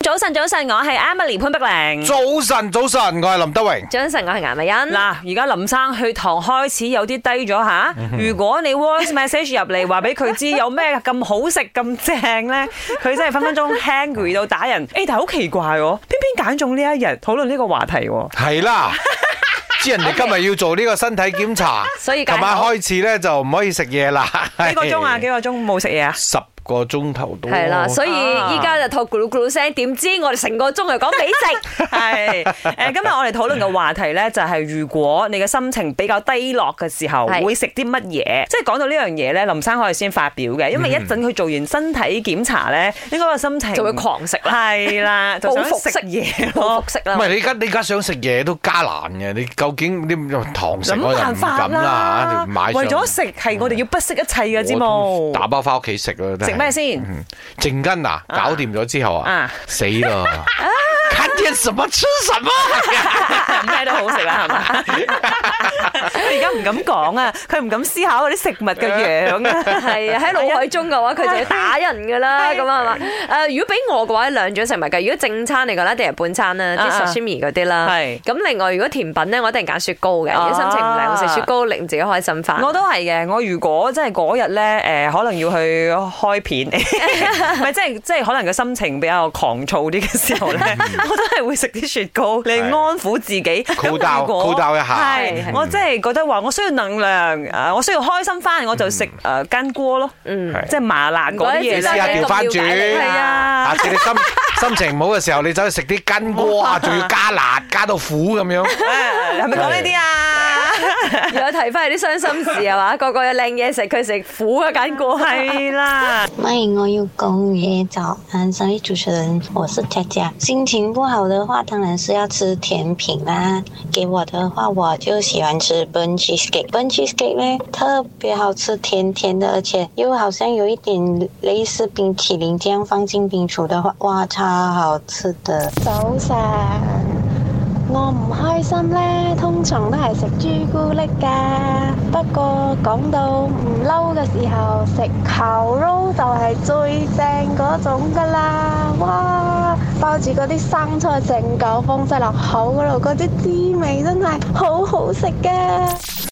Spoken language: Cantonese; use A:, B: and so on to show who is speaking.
A: 早晨，早晨，我係 Emily 潘碧玲。
B: 早晨，早晨，我係林德榮。
A: 早晨，我係顏美欣。
C: 嗱，而家林生血糖開始有啲低咗吓。如果你 voice message 入嚟話俾佢知有咩咁好食咁正咧，佢真係分分鐘 hungry 到打人。誒、但係好奇怪喎，偏偏揀中呢一日討論呢個話題喎。
B: 係啦，知人哋今日要做呢個身體檢查，
A: 所以戒
B: 琴
A: 口
B: 晚開始咧就唔可以食嘢啦。
C: 幾個鐘啊？幾個鐘冇食嘢啊？
B: 十個鐘頭都
A: 係啦，所以
C: 啊
A: 依家就吐咕嚕咕嚕聲，點知我哋成個鐘就講美 食。
C: 係誒，今日我哋討論嘅話題咧，就係如果你嘅心情比較低落嘅時候，
A: 係
C: 會食啲乜嘢？即係講到呢樣嘢咧，林生可以先發表嘅，因為一陣佢做完身體檢查咧，應該個心情
A: 就會狂食啦
C: 係 啦，就想
A: 報復
C: 食哦
A: 式
C: 嘢
A: 好
C: 咯
A: 服。食
B: 唔
A: 啦。
B: 係你而家你而家想食嘢都加難嘅，你究竟你用糖食我就唔敢啦，買上
C: 為咗食係我哋要不惜一切嘅之
B: 我
C: 冇
B: 都。嗯打包翻屋企食啦。真係
C: 食咩先？
B: 靜根啊，搞掂咗之後啊
C: 啊，
B: 死啦！看見什麼吃什麼。
C: 咩都好食啊啦，係嘛？佢而家唔敢講啊，佢唔敢思考嗰啲食物嘅樣啊。
A: 係啊，喺腦海中嘅話，佢就要打人 噶啦，
C: 係
A: 咁啊嘛。誒，如果俾我嘅話，兩種食物嘅。如果正餐嚟講咧，一定係半餐啦，啲
C: 啊啊
A: sashimi 嗰啲啦。
C: 係
A: 咁另外，如果甜品咧，我一定揀雪糕嘅。如果心情唔靚，我食雪糕令自己開心翻。
C: 我都係嘅，我如果真係嗰日咧，誒可能要去開 片，唔係即係即係可能個心情比較狂躁啲嘅時候咧，我都係會食啲雪糕嚟安撫自己。咁
B: 嗯 Cool down， cool down 一下
A: 嗯
B: 嗯
C: 係我真係覺得話我需要能量，啊誒我需要開心翻，我就食誒間鍋咯，
A: 嗯，
B: 係
C: 即係麻辣
A: 唔怪
C: 嗰啲
A: 得
C: 嘢
A: 知道
B: 試
A: 你
B: 下
C: 啦。
B: 調翻轉
A: 咁了解你
C: 係
A: 啦
C: 啊
B: 下。次你心 心情唔好嘅時候，你走去食啲根鍋啊，仲要加辣加到苦咁樣。
C: 係咪講呢啲啊？
A: 又提翻係啲傷心事係嘛？個個有靚嘢食，佢食苦嘅揀過係。
C: 係啊啦，
D: 欢迎我有公爷早安，三位主持人，我是佳佳。心情不好的话，当然是要吃甜品啦。给我的话，我就喜欢吃 bun cheesecake。bun cheesecake 呢，特别好吃，甜甜的，而且又好像有一点类似冰淇淋这样放进冰橱的话，哇，超好吃的。
E: 早晨，我唔開心呢，通常都係食朱古力㗎。不過講到唔嬲嘅時候，食烤肉就係最正嗰種㗎啦。哇，包住嗰啲生菜，成嚿風晒落口嗰度，嗰啲滋味真係好好食嘅。